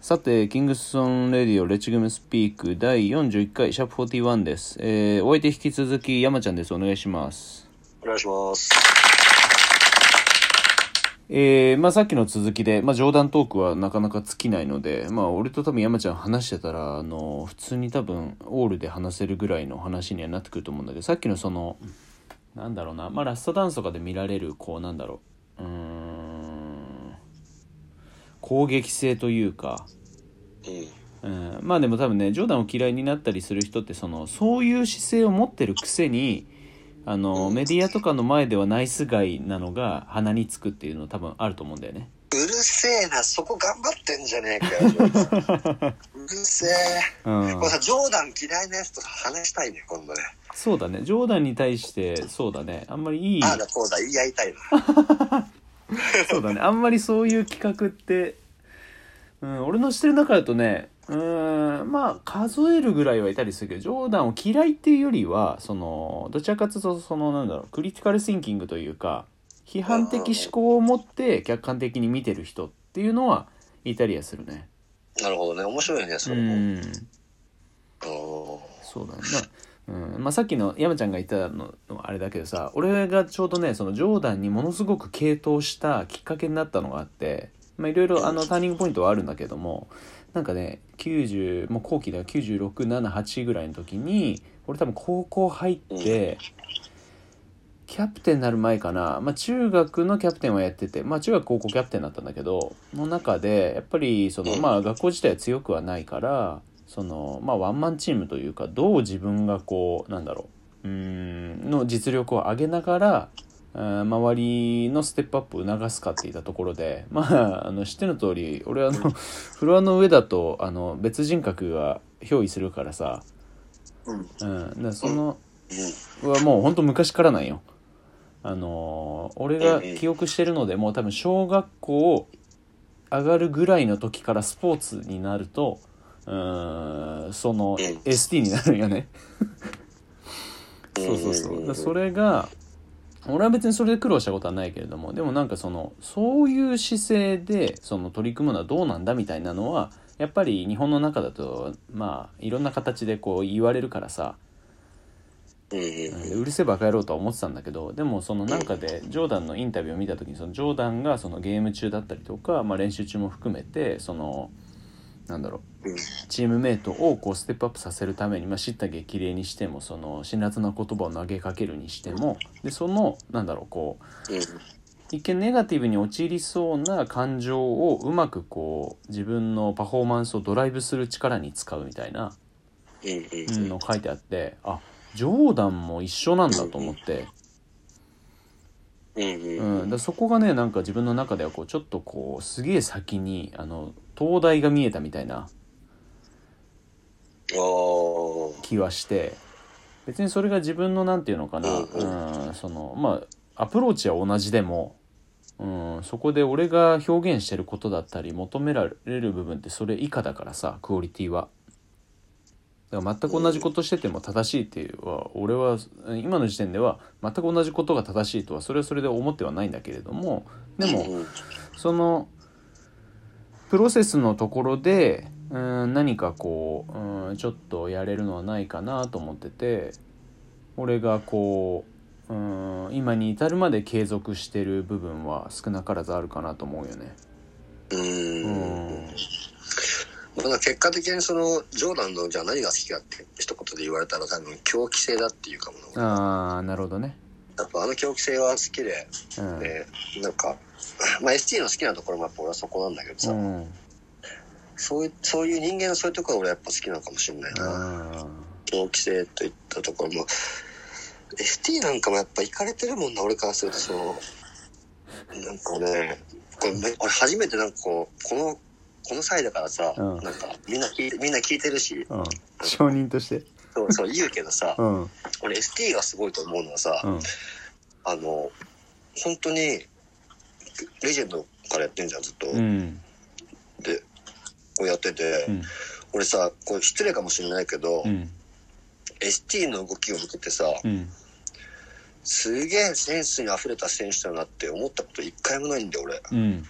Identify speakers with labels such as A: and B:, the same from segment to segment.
A: さて、キングスソンレディオレチグムスピーク第41回シャープ41です。えー、お相手引き続き山ちゃんです。お願いします。
B: お願いします。
A: えー、まあさっきの続きで、まあ冗談トークはなかなか尽きないので、まあ俺と多分山ちゃん話してたら、あの、普通に多分オールで話せるぐらいの話にはなってくると思うんだけど、さっきのその、なんだろうな、まあラストダンスとかで見られる、こうなんだろう、うーん、攻撃性というか、
B: うん。
A: うんまあでも多分ねジョーダンを嫌いになったりする人ってそのそういう姿勢を持ってるくせにあのメディアとかの前ではナイスガイなのが鼻につくっていうの多分あると思うんだよね。
B: うるせえな、そこ頑張ってんじゃねえかよ。うるせえ。
A: うん
B: これ、さ、ジョーダン嫌いなやつと話したいね、今度ね。
A: そうだねジョーダンに対してそうだねあんまりいい
B: ああだこうだ、言い合いたいな。
A: そうだねあんまりそういう企画って、うん、俺の知ってる中だとねうんまあ数えるぐらいはいたりするけどジョーダンを嫌いっていうよりはそのどちらかというとそのなんだろうクリティカルシンキングというか批判的思考を持って客観的に見てる人っていうのはいたりはするね。
B: なるほどね、面白いね、そうれも。
A: ん
B: うん
A: そうだね、まあうんまあ、さっきの山ちゃんが言ったののあれだけどさ俺がちょうどねそのジョーダンにものすごく傾倒したきっかけになったのがあってまあいろいろあのターニングポイントはあるんだけどもなんかね90もう後期だ9678ぐらいの時に俺多分高校入ってキャプテンになる前かな、まあ、中学のキャプテンはやってて、まあ、中学高校キャプテンだったんだけどの中でやっぱりその、まあ、学校自体は強くはないからその、まあ、ワンマンチームというかどう自分がこうなんだろううーんの実力を上げながらあー周りのステップアップを促すかっていったところで、まあ、あの知っての通り俺はあのフロアの上だとあの別人格が憑依するからさ、
B: うん。うん。
A: うん、だからそのはもうほんと昔からなんよ。あのー俺が記憶してるのでもう多分小学校上がるぐらいの時からスポーツになるとうーんその ST になるんよね。そうそうそう。だからそれが、俺は別にそれで苦労したことはないけれども、でもなんかその、そういう姿勢で、その取り組むのはどうなんだみたいなのは、やっぱり日本の中だと、まあ、いろんな形でこう言われるからさ、
B: うんうん
A: うるせえバカ野郎とは思ってたんだけど、でもそのなんかで、ジョーダンのインタビューを見た時に、そのジョーダンがそのゲーム中だったりとか、まあ練習中も含めて、その、なんだろう、
B: うん。
A: チームメイトをこうステップアップさせるために、まあ、叱咤激励にしてもその辛辣な言葉を投げかけるにしてもでそのなんだろうこう一見ネガティブに陥りそうな感情をうまくこう自分のパフォーマンスをドライブする力に使うみたいな
B: うん。
A: う
B: うんん。
A: の書いてあってあジョーダンも一緒なんだと思って、
B: うん。うん。
A: う
B: うん。
A: ん、だからそこがねなんか自分の中ではこうちょっとこうすげえ先にあの灯台が見えたみたいな。
B: おー
A: 気はして別にそれが自分のなんていうのかな、うん、そのまあアプローチは同じでも、うん、そこで俺が表現してることだったり求められる部分ってそれ以下だからさクオリティは。だから全く同じことしてても正しいっていうは俺はうん今の時点では全く同じことが正しいとはそれはそれで思ってはないんだけれどもでも
B: うん
A: そのプロセスのところでうん何かこううんちょっとやれるのはないかなと思ってて俺がこううん今に至るまで継続してる部分は少なからずあるかなと思うよね。う
B: う
A: ん
B: ん。まあ、結果的にそのジョーダンのじゃあ何が好きかって一言で言われたら多分狂気性だっていうかもな
A: あーなるほどね。
B: やっぱあの狂気性は好きで、
A: うん
B: でなんか、まあ、ST の好きなところもやっぱ俺はそこなんだけどさ、
A: うん
B: そういうそういう人間のそういうところは俺やっぱ好きなのかもしれないな、
A: あ
B: 狂気性といったところも ST なんかもやっぱいかれてるもんな俺からするとそのなんかねこれめ俺初めてなんかこうこのこの際だからさ、
A: うん
B: なんかみんな聞いてみんな聞いてるし
A: ーうん承認として。
B: そうそう言うけどさ、
A: うんうん
B: 俺 ST がすごいと思うのはさ、
A: うん
B: あの本当にレジェンドからやってんじゃんずっと、
A: うん
B: でこうやってて、
A: うん
B: 俺さこれ失礼かもしれないけど、
A: うん
B: ST の動きを見ててさ
A: うん
B: すげえセンスに溢れた選手だなって思ったこと一回もないんだよ
A: うん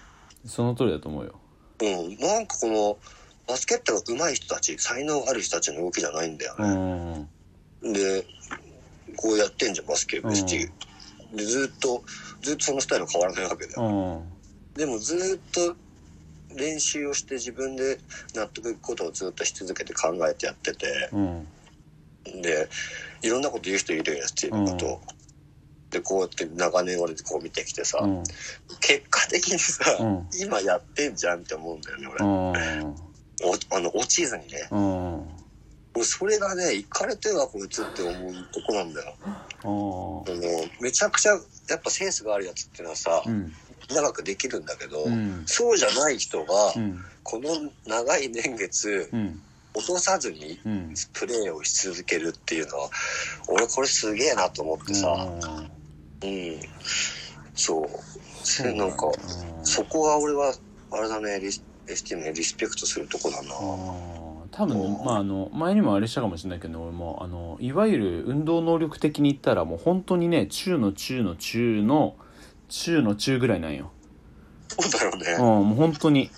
A: その通りだと思うよ。
B: 俺うんなんかこのバスケットが上手い人たち、才能ある人たちの動きじゃないんだよ
A: う。ん
B: で、こうやってんじゃん、バスケ、ベスティで、ずっと、ずっとそのスタイルは変わらないわけ
A: う
B: だよ。
A: ん
B: でもずっと練習をして自分で納得いくことをずっとし続けて考えてやってて、
A: うん
B: で、いろんなこと言う人いるよ、スティーブのことを。で、こうやって長年俺こう見てきてさ、
A: うん
B: 結果的にさ、
A: うん
B: 今やってんじゃんって思うんだよね、俺。
A: うん
B: おあの、落ちずにね。
A: うん
B: 俺それがね、いかれてはこいつって思うとこなんだよ。
A: うん
B: あのめちゃくちゃ、やっぱセンスがあるやつっていうのはさ、
A: うん
B: 長くできるんだけど、
A: うん
B: そうじゃない人が、
A: うん
B: この長い年月、
A: うん
B: 落とさずに
A: うん
B: プレーをし続けるっていうのは、俺これすげえなと思ってさ、うん。そう。
A: う
B: せ
A: ん
B: なんか、
A: うん
B: そこは俺は、あれだね、リス ST ね、リスペクトするとこだな。
A: あー多分ね、まあ、あの前にもあれしたかもしれないけど俺もあのいわゆる運動能力的に言ったらもう本当にね中の中の中の中の中ぐらいなんよ、
B: そうだよね。
A: うん、もう本当に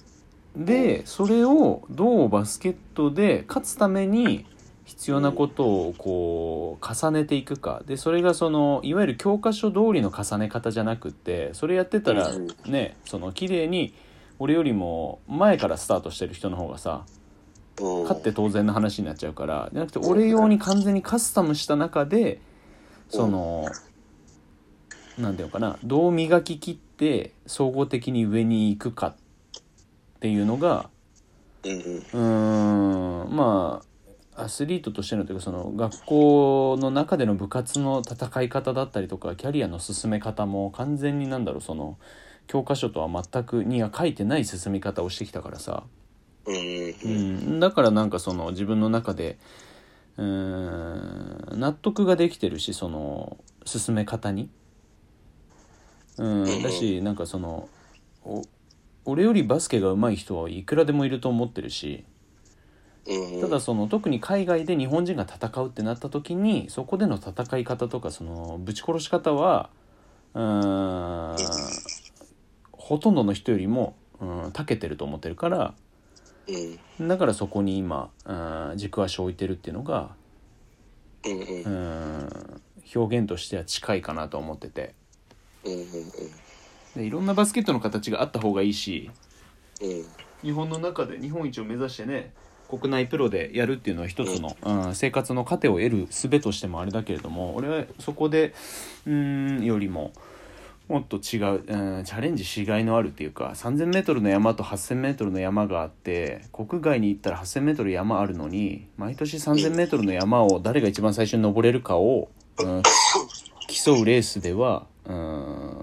A: でそれをどうバスケットで勝つために必要なことをこう重ねていくかでそれがそのいわゆる教科書通りの重ね方じゃなくてそれやってたら
B: うん
A: ねその綺麗に俺よりも前からスタートしてる人の方がさ
B: うん
A: 勝って当然の話になっちゃうからじゃなくて俺用に完全にカスタムした中でその何ていうのかなどう磨き切って総合的に上に行くかっていうのが
B: うんうん
A: うーんまあアスリートとしてのというかその学校の中での部活の戦い方だったりとかキャリアの進め方も完全になんだろうその教科書とは全くには書いてない進み方をしてきたからさ。
B: うん
A: う
B: うん
A: ん、だからなんかその自分の中でうーん納得ができてるしその進め方に。う
B: うん
A: ん、だしなんかそのお俺よりバスケが上手い人はいくらでもいると思ってるし
B: うん
A: ただその特に海外で日本人が戦うってなった時にそこでの戦い方とかそのぶち殺し方はうーんほとんどの人よりもうん長けてると思ってるから。
B: うん
A: だからそこに今、うん軸足を置いてるっていうのが、
B: うんうん
A: うん表現としては近いかなと思ってて
B: うんうん
A: でいろんなバスケットの形があった方がいいし
B: うん
A: 日本の中で日本一を目指してね国内プロでやるっていうのは一つの、うん生活の糧を得る術としてもあれだけれども俺はそこでうんよりももっと違う、うんチャレンジしがいのあるっていうか 3,000m の山と 8,000m の山があって国外に行ったら 8,000m 山あるのに毎年 3,000m の山を誰が一番最初に登れるかを、うん競うレースではうん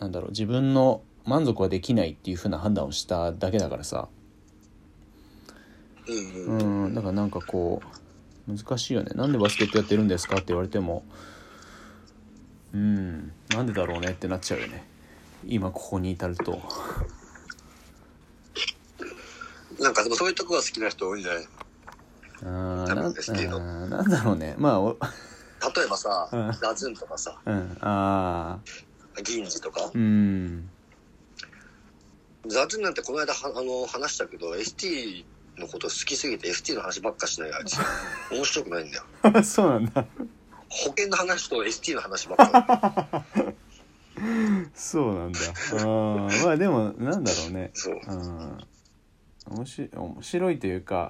A: なんだろう自分の満足はできないっていうふうな判断をしただけだからさ
B: うんうん
A: うんだからなんかこう難しいよねなんでバスケットやってるんですかって言われてもうんなんでだろうねってなっちゃうよね今ここに至ると
B: なんかでもそういうとこが好きな人多いんじゃない
A: あーな
B: 多
A: ん
B: 分ですけど
A: あーなんだろうねまあお
B: 例えばさ、
A: うん
B: ダズンとかさ
A: うんあー
B: 銀次とか
A: う、ん
B: ダズンなんてこの間はあの話したけど ST のこと好きすぎて ST の話ばっかしない あいつ面白くないんだよ
A: そうなんだ
B: 保険の話と ST の話ばっかり
A: そうなんだあーまあでもなんだろうね
B: そう
A: うん面白い面白いというか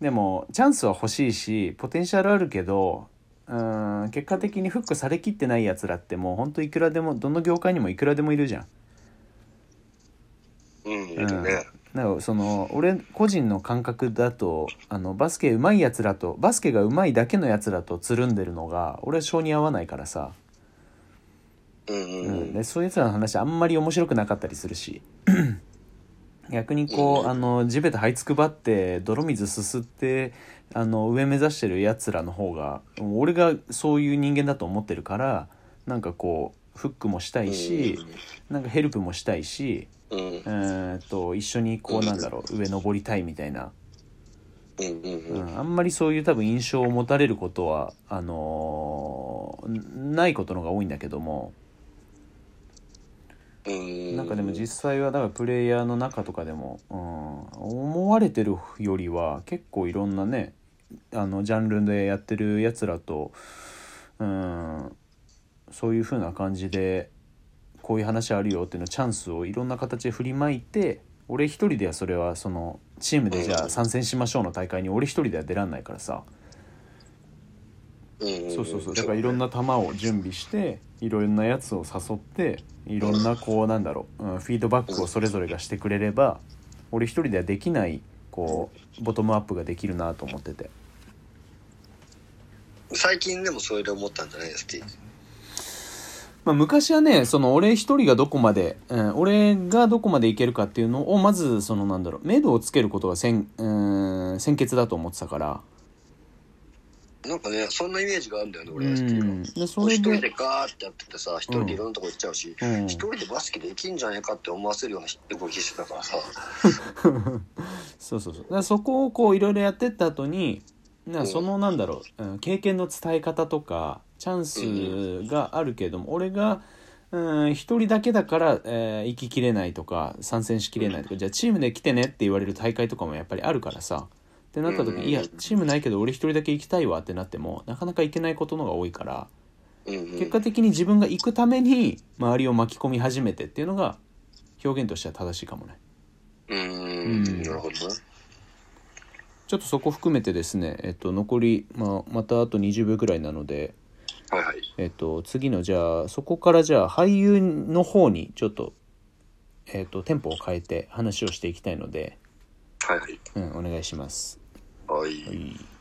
A: でもチャンスは欲しいしポテンシャルあるけどうん結果的にフックされきってないやつらってもうほんといくらでもどの業界にもいくらでもいるじゃん。
B: うんい
A: うん
B: るね
A: だからその俺個人の感覚だとあのバスケうまいやつらとバスケがうまいだけのやつらとつるんでるのが俺は性に合わないからさ、
B: うんう
A: うん、
B: うんん
A: でそういうやつらの話あんまり面白くなかったりする し逆にこうあの地べた這いつくばって泥水すすってあの上目指してるやつらの方が俺がそういう人間だと思ってるからなんかこうフックもしたいしなんかヘルプもしたいし、
B: うんうん
A: えーっと一緒にこうなんだろう上登りたいみたいな、
B: うんうん
A: う
B: うん
A: ん、あんまりそういう多分印象を持たれることはあのーないことの方が多いんだけども。
B: うん
A: なんかでも実際はだからプレイヤーの中とかでも、うん、思われてるよりは結構いろんなねあのジャンルでやってるやつらと、うん、そういう風な感じでこういう話あるよっていうのチャンスをいろんな形で振りまいて俺一人ではそれはそのチームでじゃあ参戦しましょうの大会に俺一人では出らんないからさ。
B: うん
A: そうそうそうだからいろんな球を準備していろんなやつを誘っていろんなこうなんだろう、うん、フィードバックをそれぞれがしてくれれば俺一人ではできないこうボトムアップができるなと思ってて
B: 最近でもそれで思ったんじゃないですか
A: まあ、昔はねその俺一人がどこまで、うん、俺がどこまでいけるかっていうのをまずそのなんだろう目処をつけることが先,、うん、先決だと思ってたから
B: なんかねそんなイメージがあるんだよね
A: う
B: 俺 ST は
A: んでそ
B: 一
A: れ
B: 人で
A: で、
B: ガーってやっててさ一人でいろんなとこ行っちゃうし、
A: うん
B: 一、人でバスケできんじゃねえかって思わせるような動きしてたからさ
A: そうそうそうだからそこをこういろいろやってった後になそのなんだろう、うん経験の伝え方とかチャンスがあるけれども、俺がうん一人だけだから、えー行ききれないとか参戦しきれないとか、じゃあチームで来てねって言われる大会とかもやっぱりあるからさってなった時、
B: うん
A: いやチームないけど俺一人だけ行きたいわってなってもなかなか行けないことのが多いから
B: うんうん
A: 結果的に自分が行くために周りを巻き込み始めてっていうのが表現としては正しいかもね。
B: うー
A: うん
B: んなるほどね
A: ちょっとそこ含めてですね、えっと、残り、まあ、またあと20秒ぐらいなので、
B: はいはい
A: えっと、次のじゃあそこからじゃあ俳優の方にちょっと、えっと、テンポを変えて話をしていきたいので、
B: はいはい
A: うん、お願いします。
B: はい、
A: はい